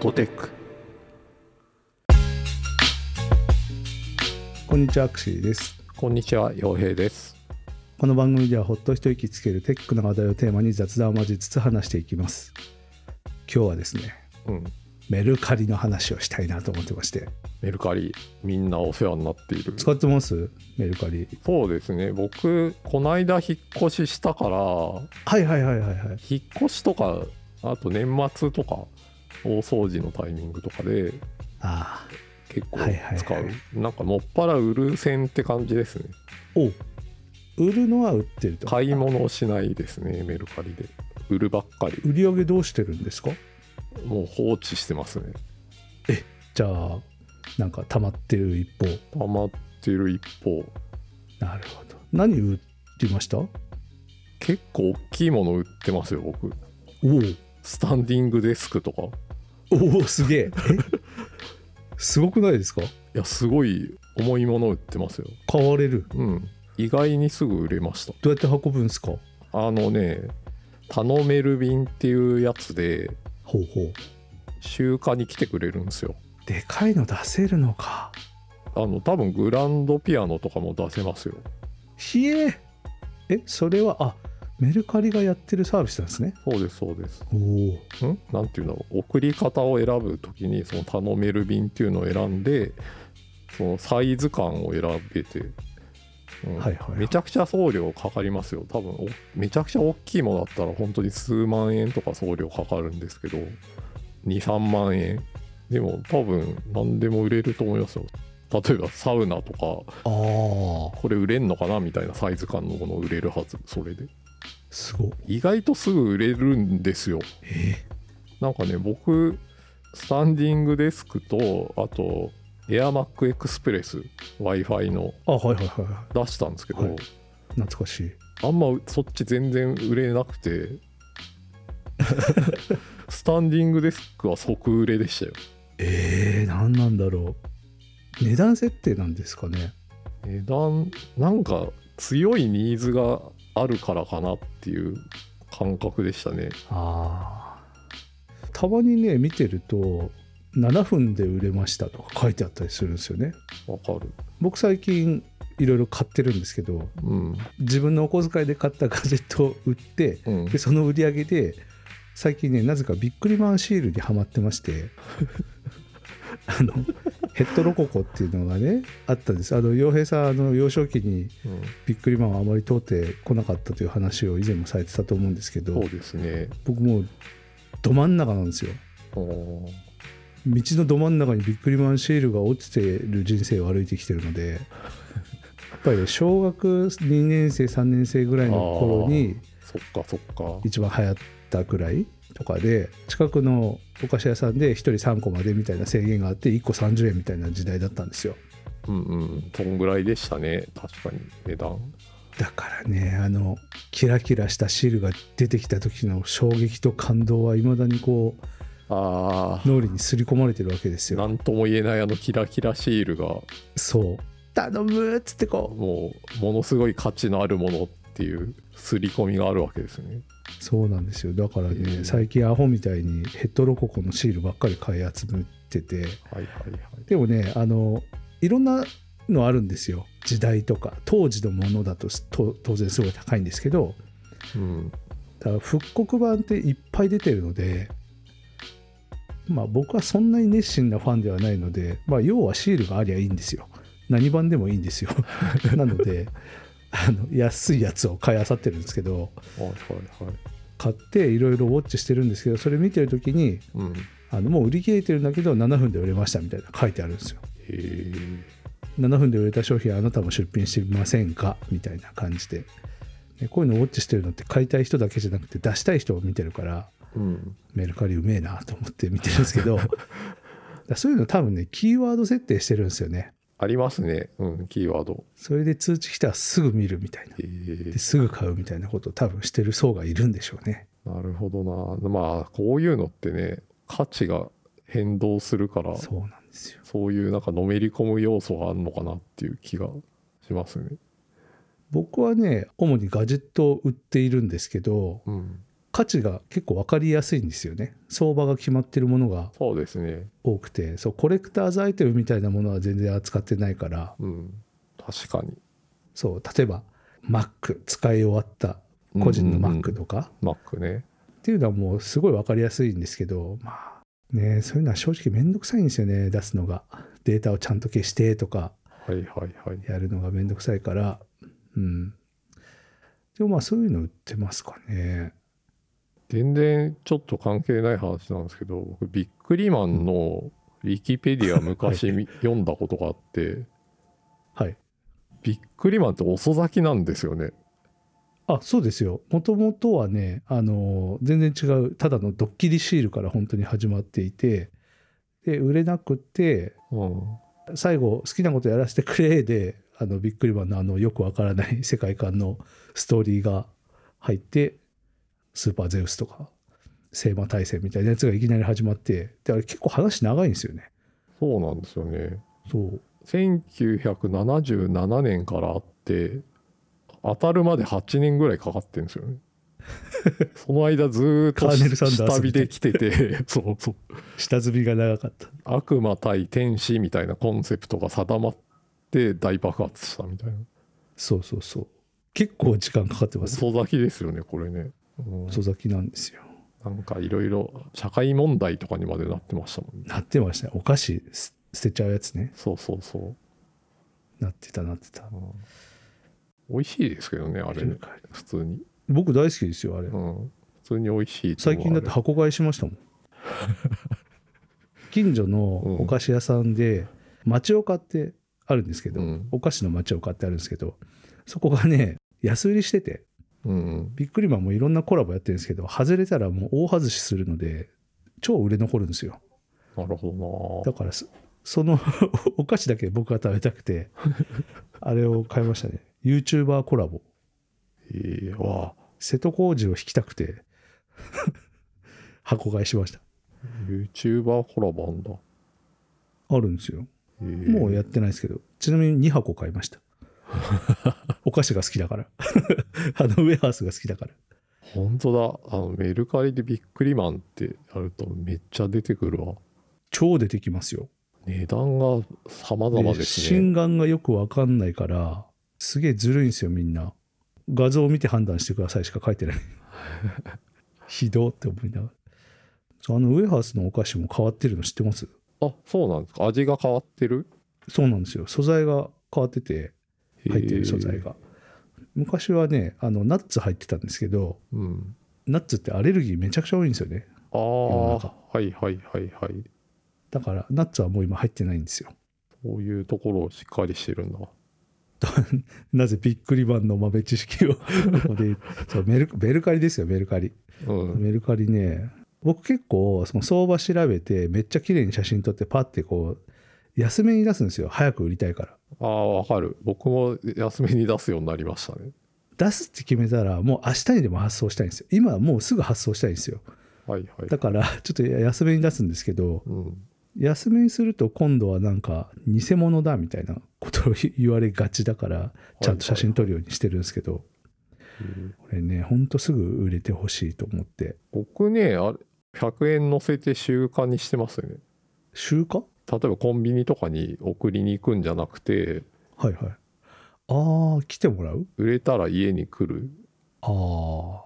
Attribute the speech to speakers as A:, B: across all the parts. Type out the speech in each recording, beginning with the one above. A: トテック
B: こんにちはアクシーです
A: こんにちは陽平です
B: この番組ではほっと一息つけるテックな話題をテーマに雑談を交えつつ話していきます今日はですね
A: うん
B: メルカリの話をしたいなと思ってまして
A: メルカリみんなお世話になっている
B: 使ってますメルカリ
A: そうですね僕こないだ引っ越ししたから
B: はいはいはいはいはい
A: 引っ越しとかあと年末とか大掃除のタイミングとかで
B: ああ
A: 結構
B: はいはいはい
A: 使う、なんかもっぱら売る線って感じですね
B: お売るのは売ってると
A: 買い物をしないですねメルカリで売るばっかり
B: 売り上げどうしてるんですか
A: もう放置してますね
B: じゃあなんか溜まってる一方
A: 溜まってる一方
B: なるほど何売りましたお
A: 結構大きいもの売ってますよ僕
B: お
A: スタンディングデスクとかい
B: おお すげええすごくないですか
A: やすごい重いもの売ってますよ
B: 買われる
A: うん意外にすぐ売れました
B: どうやって運ぶんですか
A: あのね頼める便っていうやつで
B: ほうほう
A: 集荷に来てくれるんですよ
B: でかいの出せるのか
A: あの多分グランドピアノとかも出せますよ
B: ひええそれはあメルカリがやってるサービスなんですね
A: そうですそうです
B: おお
A: んなんていうの送り方を選ぶときにその頼める便っていうのを選んでそのサイズ感を選べて、うん
B: はいはいはい
A: めちゃくちゃ送料かかりますよ多分おめちゃくちゃ大きいものだったら本当に数万円とか送料かかるんですけど23万円でも多分何でも売れると思いますよ例えばサウナとか
B: ああ
A: これ売れんのかなみたいなサイズ感のもの売れるはずそれです
B: ごい
A: 意外とすぐ売れるんですよ
B: え
A: なんかね僕スタンディングデスクとあと AirMac エクスプレス w i f i の
B: あはいはいはいは
A: 出したんですけど、
B: はいい懐かしい
A: あんまそっち全然売れなくてスタンディングデスクは即売れでしたよ
B: えー、何なんだろう値段設定なんですかね
A: 値段なんか強いニーズがあるからかなっていう感覚でしたね
B: ああたまにね見てると7分で売れましたとか書いてあったりするんですよね
A: わかる
B: 僕最近いろいろ買ってるんですけど
A: うん
B: 自分のお小遣いで買ったガジェットを売って
A: うん
B: でその売り上げで最近ねなぜかビックリマンシールにはまってまして あのヘッドロココっていうのがねあったんですあの洋平さんあの幼少期に
A: うん
B: ビックリマンはあまり通ってこなかったという話を以前もされてたと思うんですけ
A: そ
B: ど
A: うですね
B: 僕もうど真ん中なんですよ
A: おー
B: 道のど真ん中にビックリマンシールが落ちてる人生を歩いてきてるのでやっぱりね小学2年生3年生ぐらいの頃に
A: そっかそっか
B: 一番流行ったくらいとかで近くのお菓子屋さんで1人3個までみたいな制限があって1個30円みたいな時代だったんですよ
A: うんうん、そんぐらいでしたね、確かに、値段。
B: だからねあのキラキラしたシールが出てきた時の衝撃と感動は未だにこう
A: あ
B: 脳裏に刷り込まれてるわけです
A: あ、な
B: よ
A: んとも言えないあのキラキラシールが、
B: そう頼むっつってこう
A: もう、ものすごい価値のあるものっていう、刷り込みがあるわけですね。
B: そうなんですよだからね、
A: うん
B: 最近アホみたいにヘッドロココのシールばっかり買い集めて
A: は
B: て
A: いはいはい。
B: でもねあのいろんなのあるんですよ時代とか当時のものだとと当然すごい高いんですけど
A: うん、
B: だから復刻版っていっぱい出てるのでまあ僕はそんなに熱心なファンではないので、まあ、要はシールがありゃいいんですよ何版でもいいんですよ なのであの安いやつを買いあさってるんですけど
A: はいはいはい。
B: 買っていろいろウォッチしてるんですけどそれ見てる時に
A: うん、
B: あのもう売り切れてるんだけど7分で売れましたみたいな書いてあるんですよ
A: へえ、
B: 7分で売れた商品あなたも出品してみませんかみたいな感じでねこういうのウォッチしてるのって買いたい人だけじゃなくて出したい人を見てるから
A: うん、
B: メルカリうめえなと思って見てるんですけ どだからそういうの多分ねキーワード設定してるんですよね
A: ありますね、うん、キーワード。
B: それで通知来たらすぐ見るみたいな
A: へえ
B: で、すぐ買うみたいなことを多分してる層がいるんでしょうね
A: なるほどな。まあ、こういうのってね、価値が変動するから、
B: そうなんですよ
A: そういうなんかのめり込む要素があるのかなっていう気がしますね。
B: 僕はね主にガジェットを売っているんですけど
A: うん、
B: 価値が結構分かりやすいんですよね相場が決まってるものが
A: そうですね。
B: 多くてそうコレクターズアイテムみたいなものは全然扱ってないから
A: うん。確かに。
B: そう例えば Mac 使い終わった個人の
A: うんうんうん
B: Mac とか、
A: Mac ね。
B: っていうのはもうすごい分かりやすいんですけどまあねそういうのは正直めんどくさいんですよね出すのがデータをちゃんと消してとか
A: はいはいはい。
B: やるのがめんどくさいからうんでもまあそういうの売ってますかね
A: 全然ちょっと関係ない話なんですけど、僕ビックリマンのウィキペディア昔み読んだことがあって、
B: はい
A: ビックリマンって遅咲きなんですよね。
B: あそうですよもともとはねあの全然違うただのドッキリシールから本当に始まっていてで売れなくて
A: うん。
B: 最後好きなことやらせてくれであのビックリマンのあのよくわからない世界観のストーリーが入ってスーパーゼウスとか聖魔大戦みたいなやつがいきなり始まってであれ結構話長いんですよね
A: そうなんですよね。
B: そう
A: 1977年からあって、当たるまで8年ぐらいかかってるんですよね。その間ずーっと
B: カーネルサンダースみた
A: 下火で
B: い
A: 来てて、 そうそう。
B: 下積みが長かった
A: 悪魔対天使みたいなコンセプトが定まって大爆発したみたいな
B: そうそうそう結構時間かかってます
A: 遅咲きですよねこれね、うん
B: 遅咲きなんですよ
A: なんかいろいろ社会問題とかにまでなってましたもんね
B: なってましたねお菓子捨てちゃうやつね
A: そうそうそう、
B: なってたなってた
A: うん美味しいですけどねあれね普通に、
B: 僕大好きですよあれ
A: うん、普通に美味しいと思う
B: 最近だって
A: あ
B: 箱買いしましたも ん近所のお菓子屋さんで町岡ってあるんですけど、
A: うん
B: お菓子の町岡ってあるんですけどそこがね安売りしてて
A: れうんうん
B: ビックリマンもいろんなコラボやってるんですけど外れたらもう大外しするので超売れ残るんですよ
A: なるほど
B: だ
A: な
B: からそその お菓子だけ僕が食べた くてあれを買いましたね YouTuber コラボ
A: えー、わあ
B: 瀬戸康史を引きたくて箱買いしました
A: YouTuber コラボなんだ、
B: あるんですよ
A: えー
B: もうやってないですけど、ちなみに2箱買い ました。お菓子が好きだから。あの、ウェハースが好きだから。
A: 本当だあのメルカリでビックリマンってやるとめっちゃ出てくるわ
B: 超出てきますよ。
A: 値段が様々
B: で
A: ですね。
B: 心眼がよくわかんないから、すげえずるいんですよ、みんな。画像を見て判断してくださいしか書いて ない。ひどって思いながら。そうあの、ウェハースのお菓子も変わってるの知ってます
A: あ、そうなんですか。味が変わってる。
B: そうなんですよ。素材が変わってて、入って
A: へー
B: る素材。が。昔はね、あの、ナッツ入ってたんですけど、
A: うん。
B: ナッツってアレルギーめちゃくちゃ多いんですよね。
A: あ
B: の
A: あ、
B: 中
A: はいはいはいはい。
B: だからナッツはもう今入ってないんですよ。
A: こういうところをしっかりしてるんだ。
B: なぜびっくりマンの豆知識を ここでそうメルメルカリですよメルカリ。
A: うん。
B: メルカリね僕結構その相場調べてめっちゃ綺麗に写真撮ってパッてこう安めに出すんですよ早く売りたいから。
A: ああ、わかる。僕も休みに出すようになりましたね。
B: 出すって決めたらもう明日にでも発送したいんですよ。今はもうすぐ発送したいんですよ。
A: はいはい。
B: だからちょっと安めに出すんですけど
A: うん。
B: 安めにすると今度はなんか偽物だみたいなことを言われがちだからちゃんと写真撮るようにしてるんですけど。
A: うん
B: これねほんとすぐ売れてほしいと思って
A: 僕ね、あれ、100円乗せて習慣にしてますよね。
B: 集荷
A: 例えばコンビニとかに送りに行くんじゃなくて、
B: はいはいああ来てもらう
A: 売れたら家に来る。
B: あ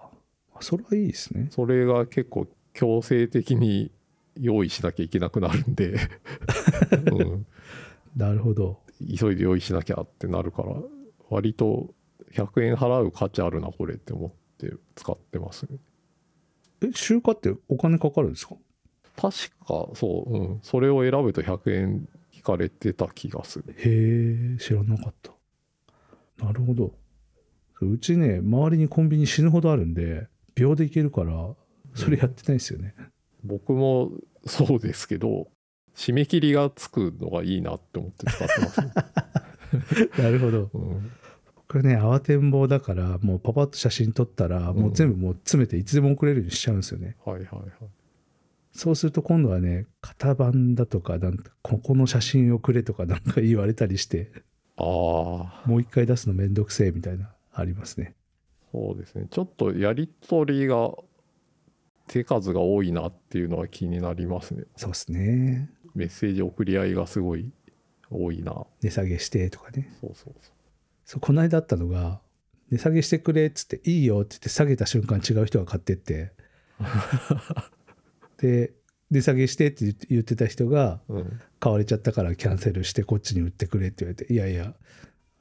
B: あそれはいいですね
A: それが結構強制的に用意しなきゃいけなくなるん で、うん、
B: なるほど
A: 急いで用意しなきゃってなるから割と100円払う価値あるなこれって思って使ってますね
B: え集荷ってお金かかるんですか
A: 確かそう、うん、それを選ぶと100円引かれてた気がする
B: へえ知らなかったなるほどうちね周りにコンビニ死ぬほどあるんで秒で行けるからそれやってないですよね、
A: 僕もそうですけど締め切りがつくのがいいなって思って使ってます、ね
B: なるほど
A: うん、
B: これね慌てんぼうだからもうパパッと写真撮ったらもう全部もう詰めていつでも送れるようにしちゃうんですよね、
A: はいはいはい
B: そうすると今度はね型番だとかなんかここの写真をくれとかなんか言われたりして
A: ああ
B: もう一回出すのめんどくせえみたいなありますね
A: そうですねちょっとやり取りが手数が多いなっていうのは気になりますね
B: そうですね。
A: メッセージ送り合いがすごい多いな
B: 値下げしてとかね。
A: そうそうそ
B: そうこの間あったのが値下げしてくれっつっていいよって言って下げた瞬間違う人が買ってってで値下げしてって言って言ってた人が
A: ううん
B: 買われちゃったからキャンセルしてこっちに売ってくれって言われていやいや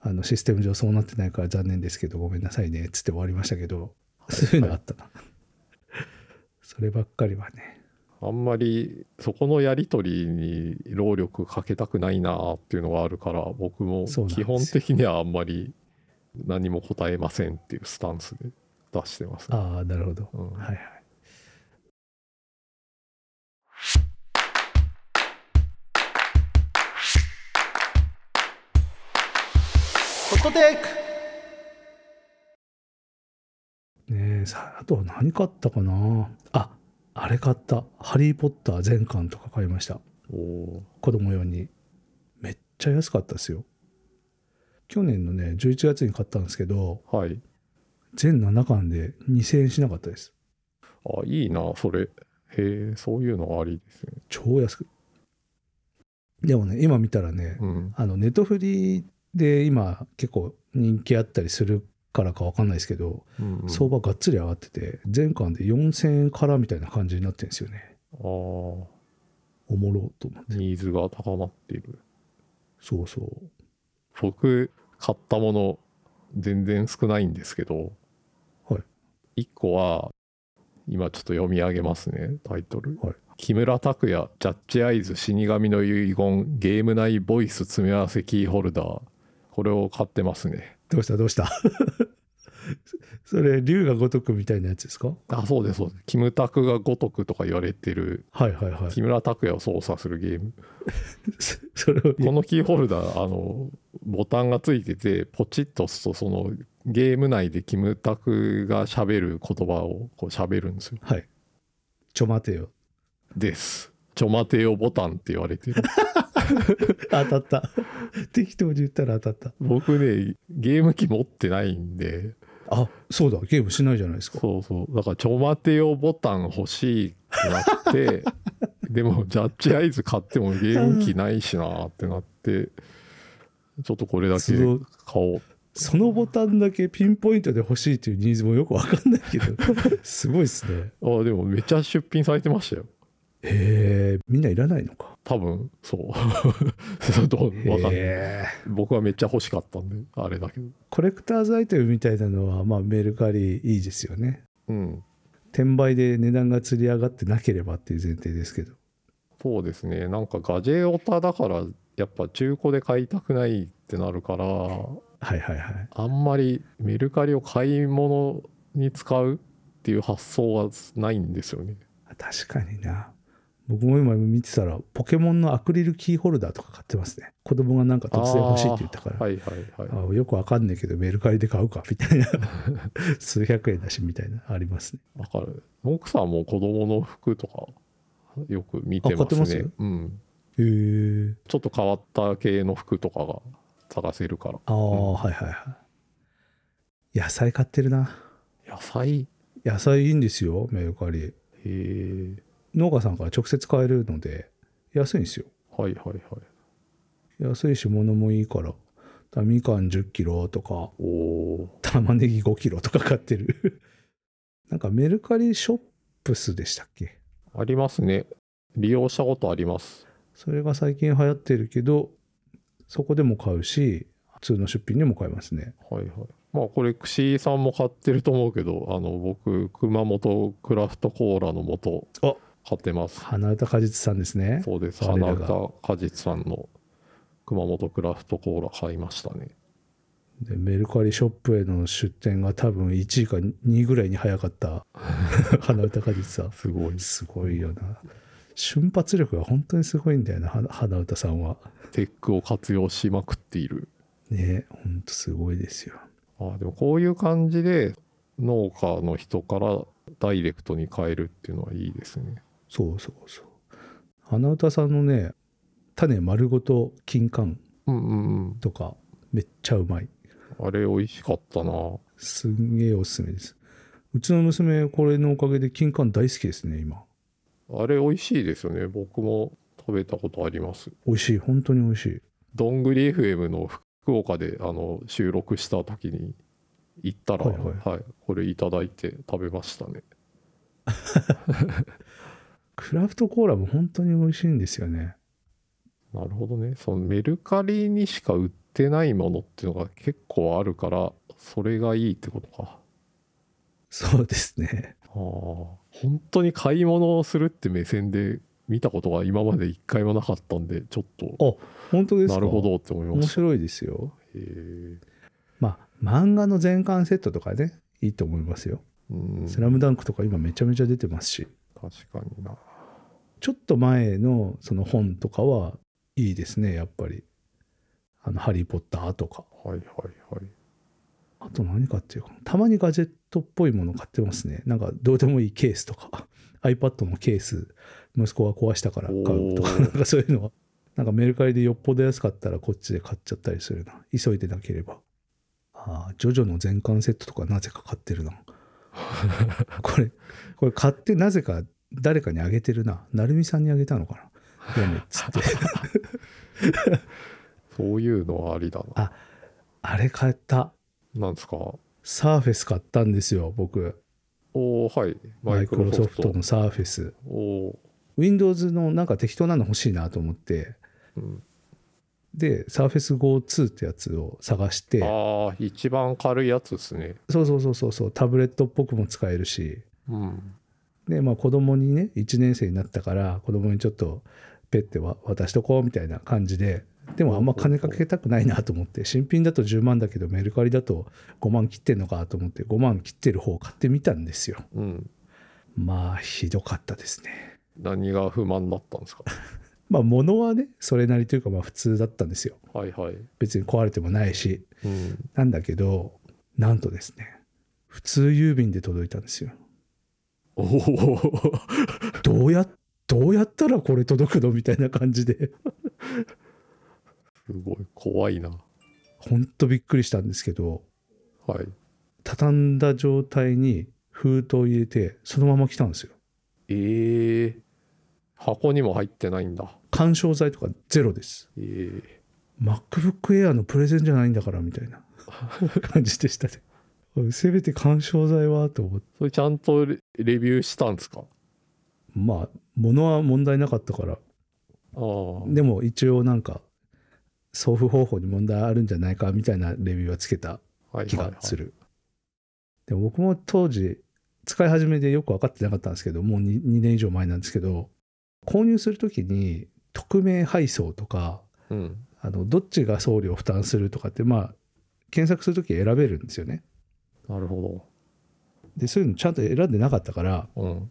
B: あのシステム上そうなってないから残念ですけどごめんなさいねっつって終わりましたけど そういうのあったな、 そればっかりはね
A: あんまりそこのやり取りに労力かけたくないなっていうのがあるから僕も
B: そうなんです
A: 基
B: よ
A: 本的にはあんまり何も答えませんっていうスタンスで出してます、ね
B: ああなるほど
A: うん
B: はいはい。ここでねえさあとは何買ったかなああれ買った「ハリー・ポッター」全巻とか買いました
A: おお
B: 子供用にめっちゃ安かったですよ去年のね11月に買ったんですけど
A: ーはい
B: 全7巻で2000円しなかったです
A: あいいなそれへえそういうのありですね
B: 超安くでもね今見たらね
A: うん
B: あのネットフリで今結構人気あったりするからか分かんないですけど、
A: うんうん
B: 相場がっつり上がってて全巻で4000円からみたいな感じになってるんですよね
A: あー
B: おもろと思って
A: ニーズが高まっている
B: そうそう
A: 僕買ったもの全然少ないんですけど、、
B: はい
A: 1個は今ちょっと読み上げますねタイトル、
B: はい
A: 木村拓哉ジャッジアイズ死神の遺言ゲーム内ボイス詰め合わせキーホルダーこれを買ってますね
B: どうしたどうした それ龍が如くみたいなやつですか
A: あそうですそうですキムタクがごとくとか言われてる
B: はいはいはい
A: 木村拓哉を操作するゲーム
B: それを
A: このキーホルダーあのボタンがついててポチッと押すとそのゲーム内でキムタクが喋る言葉をこう喋るんですよ。
B: はいちょ待てよ
A: です。ちょ待てよボタンって言われてる。
B: 当たった 適当に言ったら当たっ
A: 僕ねゲーム機持ってないんで
B: たあそうだゲームしないじゃないですか
A: そうそうだからちょ待てよボタン欲しいってなって でもジャッジアイズ買ってもゲーム機ないしなってなってちょっとこれだけ買おう
B: そのボタンだけピンポイントで欲しいというニーズもよくわかんない けどすごいですね
A: あでもめっちゃ出品されてましたよ。
B: へえみんないらないのか
A: 多分そうそう どうわかんない
B: へえ
A: 僕はめっちゃ欲しかったんであれだけど
B: コレクターズアイテムみたいなのはまあメルカリいいですよね
A: うん
B: 転売で値段が釣り上がってなければっていう前提ですけど
A: そうですねなんかガジェオタだからやっぱ中古で買いたくないってなるから
B: はいはいはい
A: あんまりメルカリを買い物に使うっていう発想はないんですよね
B: 確かにな僕も今見てたらポケモンのアクリルキーホルダーとか買ってますね子供がなんか突然欲しいって言ったから、
A: はいはいはい
B: あよくわかんないけどメルカリで買うか みたいな数百円だしみたいなありますね
A: だから奥さんも子供の服とかよく見て
B: あ買
A: ま
B: って
A: す
B: ま
A: ね
B: す
A: うん、
B: へえ
A: ちょっと変わった系の服とかが探せるから
B: ああ、
A: うん
B: はいはいはい。野菜買ってるな。
A: 野菜
B: 野菜いいんですよ、メルカリ。
A: へえ
B: 農家さんから直接買えるので、安いんですよ。
A: はいはいはい。
B: 安いし、物もいいから。だからみかん10キロとか、
A: おお
B: 玉ねぎ5キロとか買ってる。 なんかメルカリショップスでしたっけ
A: ー。ありますね。利用したことあります。
B: それが最近流行ってるけど、そこでも買うし、普通の出品でも買えますね。
A: はいはい。まあこれ、串井さんも買ってると思うけど、あの僕、熊本クラフトコーラの素
B: あ
A: 買ってます。
B: 花歌果実さんですね。
A: そうです。
B: 我
A: 花
B: らが
A: 歌果実さんの熊本クラフトコーラ買いましたね。
B: でメルカリショップへの出店が多分1位か2位ぐらいに早かった 花歌果実さん
A: すごい。
B: すごいよな瞬発力が本当にすごいんだよな花花歌さんは
A: テックを活用しまくっている。
B: ねほんとすごいですよ
A: あでもこういう感じで農家の人からダイレクトに買えるっていうのはいいですね。
B: そうそうそう花歌さんのね種丸ごと金柑
A: うんうんうん。
B: とかめっちゃうまい
A: あれ美味しかったな。
B: すんげえおすすめですうちの娘これのおかげで金柑大好きですね今
A: あれ美味しいですよね僕も食べたことあります
B: 美味しい本当に美味しい
A: どんぐり FM の福岡であの収録した時に行ったら、
B: は
A: はいい
B: は
A: これいただいて食べましたね
B: クラフトコーラも本当に美味しいんですよね
A: なるほどねそのメルカリにしか売ってないものっていうのが結構あるからそれがいいってことか
B: そうですね
A: ああ本当に買い物をするって目線で見たことが今まで一回もなかったんでちょっと
B: 本当ですか
A: なるほどって思いま
B: 面
A: したへ
B: 白いですよ
A: え
B: まあ漫画の全巻セットとかねいいと思いますよ
A: うん
B: スラムダンクとか今めちゃめちゃ出てますし、
A: 確かにな
B: ちょっと前のその本とかはいいですね、やっぱり。あの、ハリー・ポッターとか。
A: はいはいはい
B: あと何かっていうか、たまにガジェットっぽいもの買ってますね。なんかどうでもいいケースとか、iPad のケース、息子が壊したから買う
A: お
B: とか、
A: ー
B: なんかそういうのは。なんかメルカリでよっぽど安かったらこっちで買っちゃったりするな。急いでなければ。ああ、ジョジョの全巻セットとかなぜか買って るな。これ、これ買ってなぜか誰かにあげてるな。なるみさんにあげたのかな。やめっつって。
A: そういうのはありだな
B: ああれ買った。
A: なんですかお
B: サーフェス買ったんですよ、僕。
A: おーはい
B: マ
A: マ
B: イ
A: イ
B: ク
A: ク
B: ロ
A: ロ
B: ソ
A: ソ
B: フ
A: フ
B: ト
A: ト
B: のサーフェス。
A: おお
B: Windows のなんか適当なの欲しいなと思って、
A: ー、うん、
B: で、Surface Go 2ってやつを探して、
A: ああ一番軽いやつですね
B: そうそうそうそうそう、タブレットっぽくも使えるし、
A: うん
B: で、まあ子供にね、1年生になったから、子供にちょっとペッてわ渡しとこうみたいな感じで、でもあんま金かけたくないなと思って、新品だと10万だけど、メルカリだと5万切ってんのかと思って、5万切ってる方を買ってみたんですよ。
A: うん
B: まあ、ひどかったですね。
A: 何が不満だったんですか
B: まあ物はねそれなりというかまあ普通だったんですよ
A: はいはい
B: 別に壊れてもないし
A: うん
B: なんだけどなんとですね普通郵便で届いたんですよ
A: おお
B: どうやどうやったらこれ届くのみたいな感じです
A: ごい怖いな
B: ほんとびっくりしたんですけど
A: はい
B: 畳んだ状態に封筒を入れてそのまま来たんですよ
A: ええ箱にも入ってないんだ
B: 緩衝材とかゼロです
A: ええ
B: MacBook Air のプレゼンじゃないんだからみたいな 感じでしたねせめて緩衝材はと思って
A: それちゃんとレレビューしたんですか
B: まあ物は問題なかったから
A: ああ
B: でも一応なんか送付方法に問題あるんじゃないかみたいなレビューはつけた
A: はい
B: 気
A: はい
B: が
A: はい
B: する、でも僕も当時使い始めでよく分かってなかったんですけどもう 2, 2年以上前なんですけど購入する時に匿名配送とか
A: うん
B: あのどっちが送料負担するとかってまあ検索する時選べるんですよね
A: なるほ
B: でそういうのちゃんと選んでなかったから
A: どうん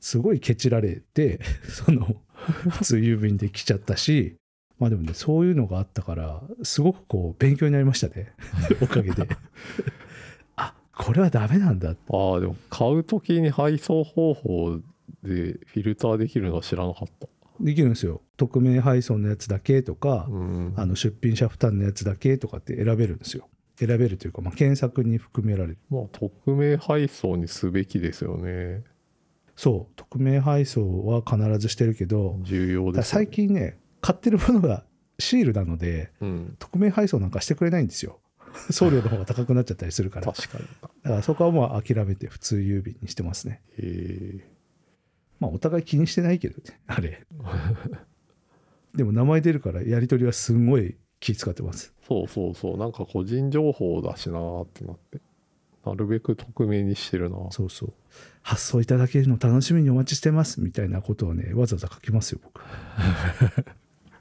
B: すごいケチられて その 普通郵便で来ちゃったしまあでもねそういうのがあったからすごくこう勉強になりました ねおかげであこれはダメなんだ
A: ああでも買う時に配送方法でフィルターできるのは知らなかった
B: できるんですよ匿名配送のやつだけとか、
A: うん
B: あの出品者負担のやつだけとかって選べるんですよ選べるというか、まあ、検索に含められる
A: まあ匿名配送にすべきですよね
B: そう匿名配送は必ずしてるけど、
A: 重要
B: だから
A: ですよね
B: 最近ね買ってるものがシールなので
A: うん
B: 匿名配送なんかしてくれないんですよ送料の方が高くなっちゃったりするからだ
A: 確かに
B: からそこはもう諦めて普通郵便にしてますね
A: えー
B: まあお互い気にしてないけどね あれでも名前出るからやり取りはすんごい気使ってます
A: そうそうそうなんか個人情報だしなーってなってなるべく匿名にしてるな
B: そうそう発送いただけるの楽しみにお待ちしてますみたいなことをねわざわざ書きますよ僕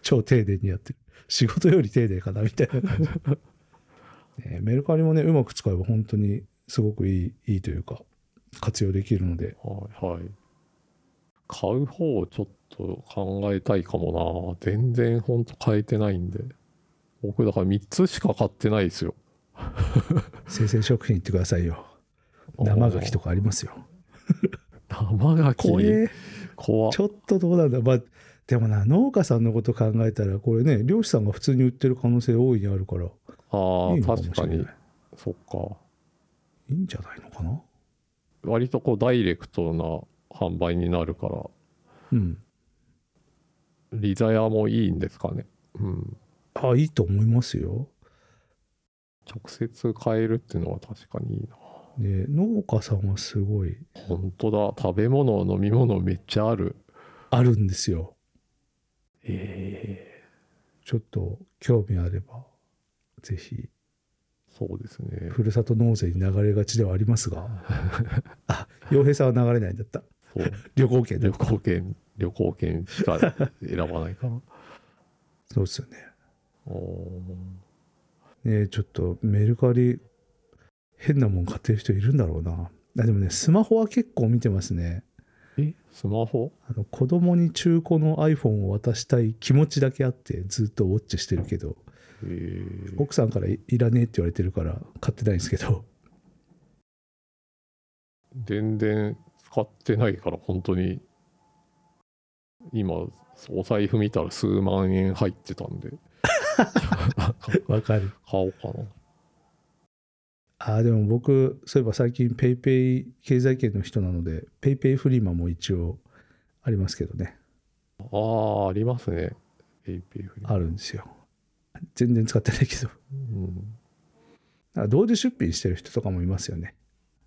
B: 超丁寧にやってる仕事より丁寧かなみたいな感じ、ねメルカリもねうまく使えば本当にすごくいいいいというか活用できるので
A: はいはい。買う方をちょっと考えたいかもな。全然ほんと買えてないんで。僕だから3つしか買ってないですよ。
B: 生鮮食品行ってくださいよ生牡蠣とかありますよ
A: あー。生ガ
B: 怖え
A: キ怖
B: ちょっとどうなんだまあでもな農家さんのこと考えたらこれね漁師さんが普通に売ってる可能性大いにあるから
A: ああ
B: い
A: ー、
B: いのかも
A: 確
B: しれ
A: か
B: ない
A: に。そっか。
B: いいんじゃないのかな
A: 割とこうダイレクトな販売になるから
B: うん。
A: リザヤもいいんですかねうん
B: あ、いいと思いますよ。
A: 直接買えるっていうのは確かにいいな
B: ね、農家さんはすごい
A: 本当だ食べ物飲み物めっちゃある
B: あるんですよ。
A: え
B: ちょっと興味あれば、ぜひ、
A: そうですね
B: ふるさと納税に流れがちではあります が、あ、洋平さんは流れないんだった。
A: そう
B: 旅行券だ
A: 旅行券旅行券しか選ばないかな
B: そうですよね。
A: お
B: ねちょっとメルカリ、変なもん買ってる人いるんだろうな。あでもね、スマホは結構見てますね。
A: ーえスマホ
B: あの子供に中古の iPhone を渡したい気持ちだけあってずっとウォッチしてるけど
A: えー
B: 奥さんからいいらねえって言われてるから買ってないんですけど
A: 全然使ってないから本当に今お財布見たら数万円入ってたんで 買
B: わかる
A: おうかな
B: あーでも僕そういえば最近 PayPay ペイペイ経済圏の人なので PayPay ペイペイフリマも一応ありますけどね
A: ああありますね PayPay フリマ
B: あるんですよ全然使ってないけど
A: うん
B: あ同時出品してる人とかもいますよね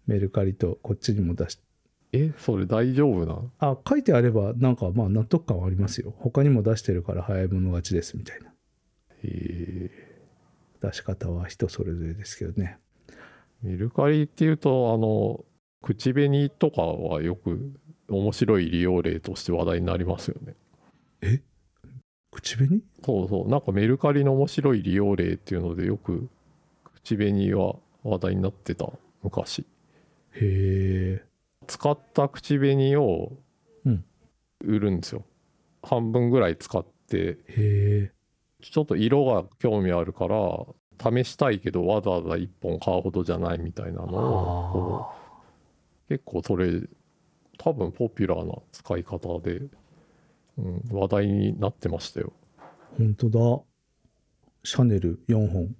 B: メルカリとこっちにも出し
A: えそれ大丈夫なん
B: あ書いてあればなんかまあ納得感はありますよ他にも出してるから早い者勝ちですみたいな
A: え
B: 出し方は人それぞれですけどね
A: ーメルカリっていうとあの口紅とかはよく面白い利用例として話題になりますよね
B: 口紅
A: そうそうなんかメルカリの面白い利用例っていうのでよく口紅は話題になってた昔
B: へえ
A: 使った口紅を
B: うん
A: 売るんですよ、半分ぐらい使って
B: へえ
A: ちょっと色が興味あるから試したいけどわざわざ1本買うほどじゃないみたいなのをこう結構それ多分ポピュラーな使い方で、うん、話題になってましたよ
B: 本当だシャネル4本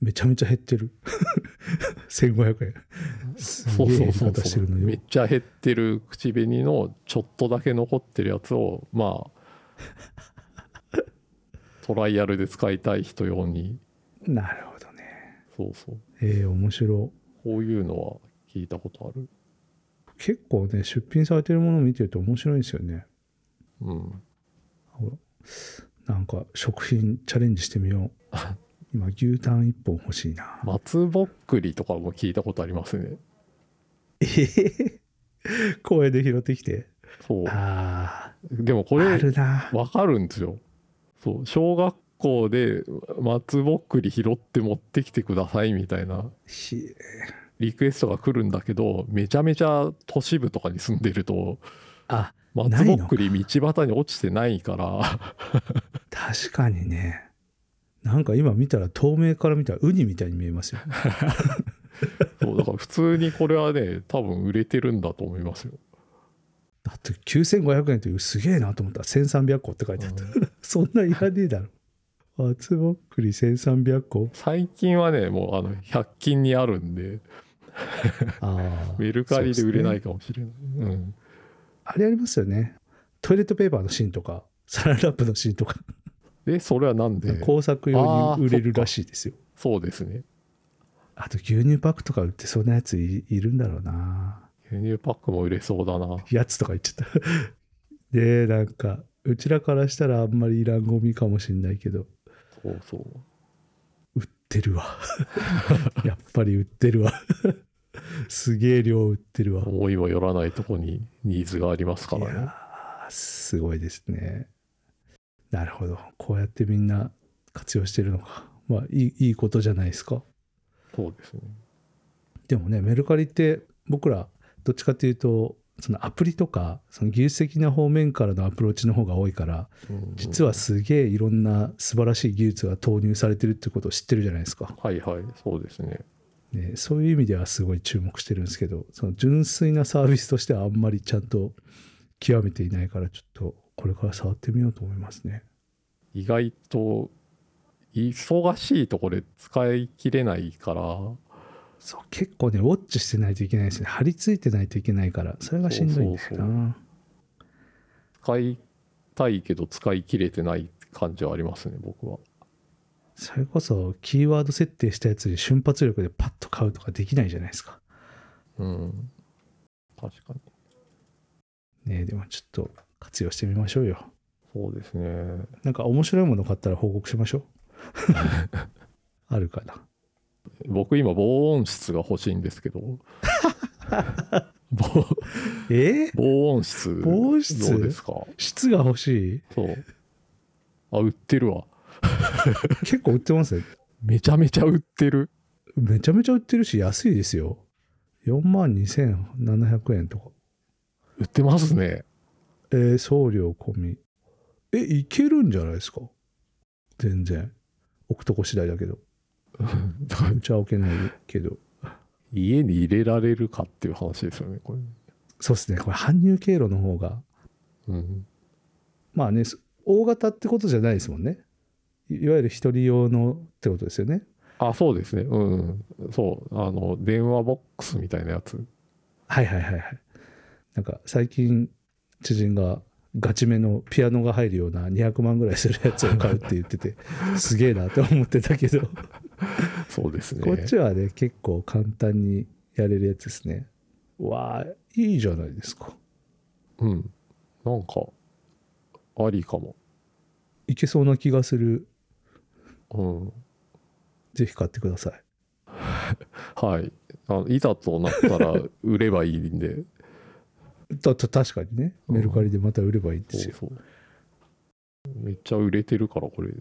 B: めちゃめちゃ減ってる 1500円す
A: そう
B: げ
A: そ
B: え
A: うそう
B: 出して
A: そう
B: るの
A: め
B: よ
A: っちゃ減ってる口紅のちょっとだけ残ってるやつをま あトライアルで使いたい人用に
B: なるほどね
A: そうそう
B: ええ面白
A: こういうのは聞いたことある
B: い結構ね出品されてるものを見てると面白いんですよね
A: うん
B: なんか食品チャレンジしてみよ う今牛タン1本欲しいな
A: 松ぼっくりとかも聞いたことありますね
B: ええ公園で拾ってきて
A: そう
B: あ
A: でもこ
B: ああ
A: れ
B: るな
A: わかるんですよそう小学校で松ぼっくり拾って持ってきてくださいみたいな
B: ひ
A: リクエストが来るんだけどめちゃめちゃ都市部とかに住んでると
B: あ
A: 松ぼっくり道端に落ちてない から
B: 確かにねなんか今見たら透明から見たらウニみたいに見えます よ
A: そうだから普通にこれはね多分売れてるんだと思いますよ。
B: だって9500円っていうすげえなと思ったら1300個って書いてあった、そんないらねえだろ松ぼっくり1300個
A: 最近はねもうあの100均にあるんで
B: ああ
A: メルカリで売れな
B: そうっすね
A: いかもしれない。うん
B: あれありますよねトイレットペーパーの芯とかサランラップの芯とか
A: でそれはなんで
B: 工作用に売れるらしいですよ
A: そうですね
B: あと牛乳パックとか売ってそんなやつい いるんだろうな
A: 牛乳パックも売れそうだな。
B: やつとか言っちゃった。 で、なんか、うちらからしたらあんまりいらんゴミかもしんないけど、
A: そうそう
B: 売ってるわ。 やっぱり売ってるわ。 すげえ量売ってるわ。い
A: 思いもよらないとこにニーズがありますからね。
B: やー、すごいですね。なるほど。こうやってみんな活用してるのか。まあ、いいいいことじゃないですか。
A: そうですね。
B: でもねメルカリって僕らどっちかっていうとそのアプリとかその技術的な方面からのアプローチの方が多いから
A: うん
B: 実はすげえいろんな素晴らしい技術が投入されてるってことを知ってるじゃないですか、
A: はいはいそうですね。
B: ね、そういう意味ではすごい注目してるんですけどその純粋なサービスとしてはあんまりちゃんと極めていないからちょっとこれから触ってみようと思いますね
A: 意外と忙しいとこで使い切れないから
B: そう結構ねウォッチしてないといけないですね張り付いてないといけないからそれがしんどいんですよな
A: そう使いたいけど使い切れてない感じはありますね僕は
B: それこそキーワード設定したやつに瞬発力でパッと買うとかできないじゃないですか
A: うん確かに
B: ねえでもちょっと活用してみましょうよ
A: そうですね
B: なんか面白いもの買ったら報告しましょうあるかな
A: 僕今防音室が欲しいんですけど 防
B: えー、
A: 防音室
B: 防音室
A: どうですか
B: 質が欲しい
A: そうあ売ってるわ
B: 結構売ってますね
A: めちゃめちゃ売ってる
B: めちゃめちゃ売ってるし安いですよ4万2700円とか
A: 売ってますね
B: えー送料込みえいけるんじゃないですか全然置くとこ次第だけどうちは置けないけど
A: 家に入れられるかっていう話ですよねこれ
B: そうですねこれ搬入経路の方が
A: うん
B: まあねそ大型ってことじゃないですもんねいいわゆる一人用のってことですよね
A: あそうですねうんそうあの電話ボックスみたいなやつ
B: はいはいはいはいなんか最近知人がガチめのピアノが入るような200万ぐらいするやつを買うって言っててすげえなと思ってたけど
A: そうですね
B: こっちはね結構簡単にやれるやつですねうわあいいじゃないですか
A: うんなんかありかも
B: いけそうな気がする
A: うん
B: ぜひ買ってください
A: はいあのいざとなった ら売ればいいんで
B: とと確かにね
A: うん
B: メルカリでまた売ればいいんで
A: そ
B: す
A: う
B: よ、
A: そうめっちゃ売れてるからこれ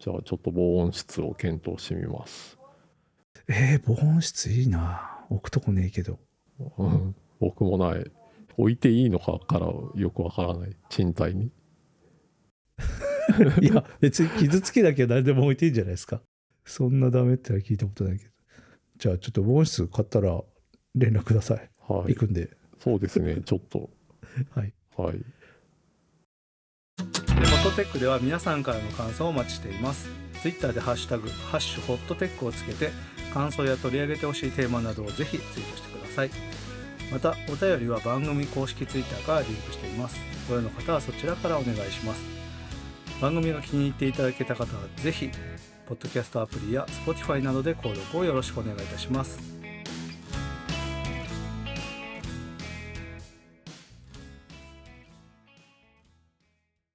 A: じゃあちょっと防音室を検討してみます、
B: えー、防音室いいな置くとこねえけど
A: うん、僕もない置いていいのかからよくわからない賃貸に
B: いや、別に傷つけなきゃ誰でも置いていいんじゃないですか。そんなダメってのは聞いたことないけど。じゃあ、ちょっと防音室買ったら連絡ください。
A: はい
B: 行くんで。
A: そうですね、ちょっと。
B: はい。
A: はい。
C: でホットテックでは皆さんからの感想をお待ちしていますツイッターでハッシュタグハッシュホットテックをつけて感想や取り上げてほしいテーマなどをぜひツイートしてくださいまたお便りは番組公式ツイッターからリンクしていますご用の方はそちらからお願いします番組が気に入っていただけた方はぜひポッドキャストアプリや Spotify などで購読をよろしくお願いいたします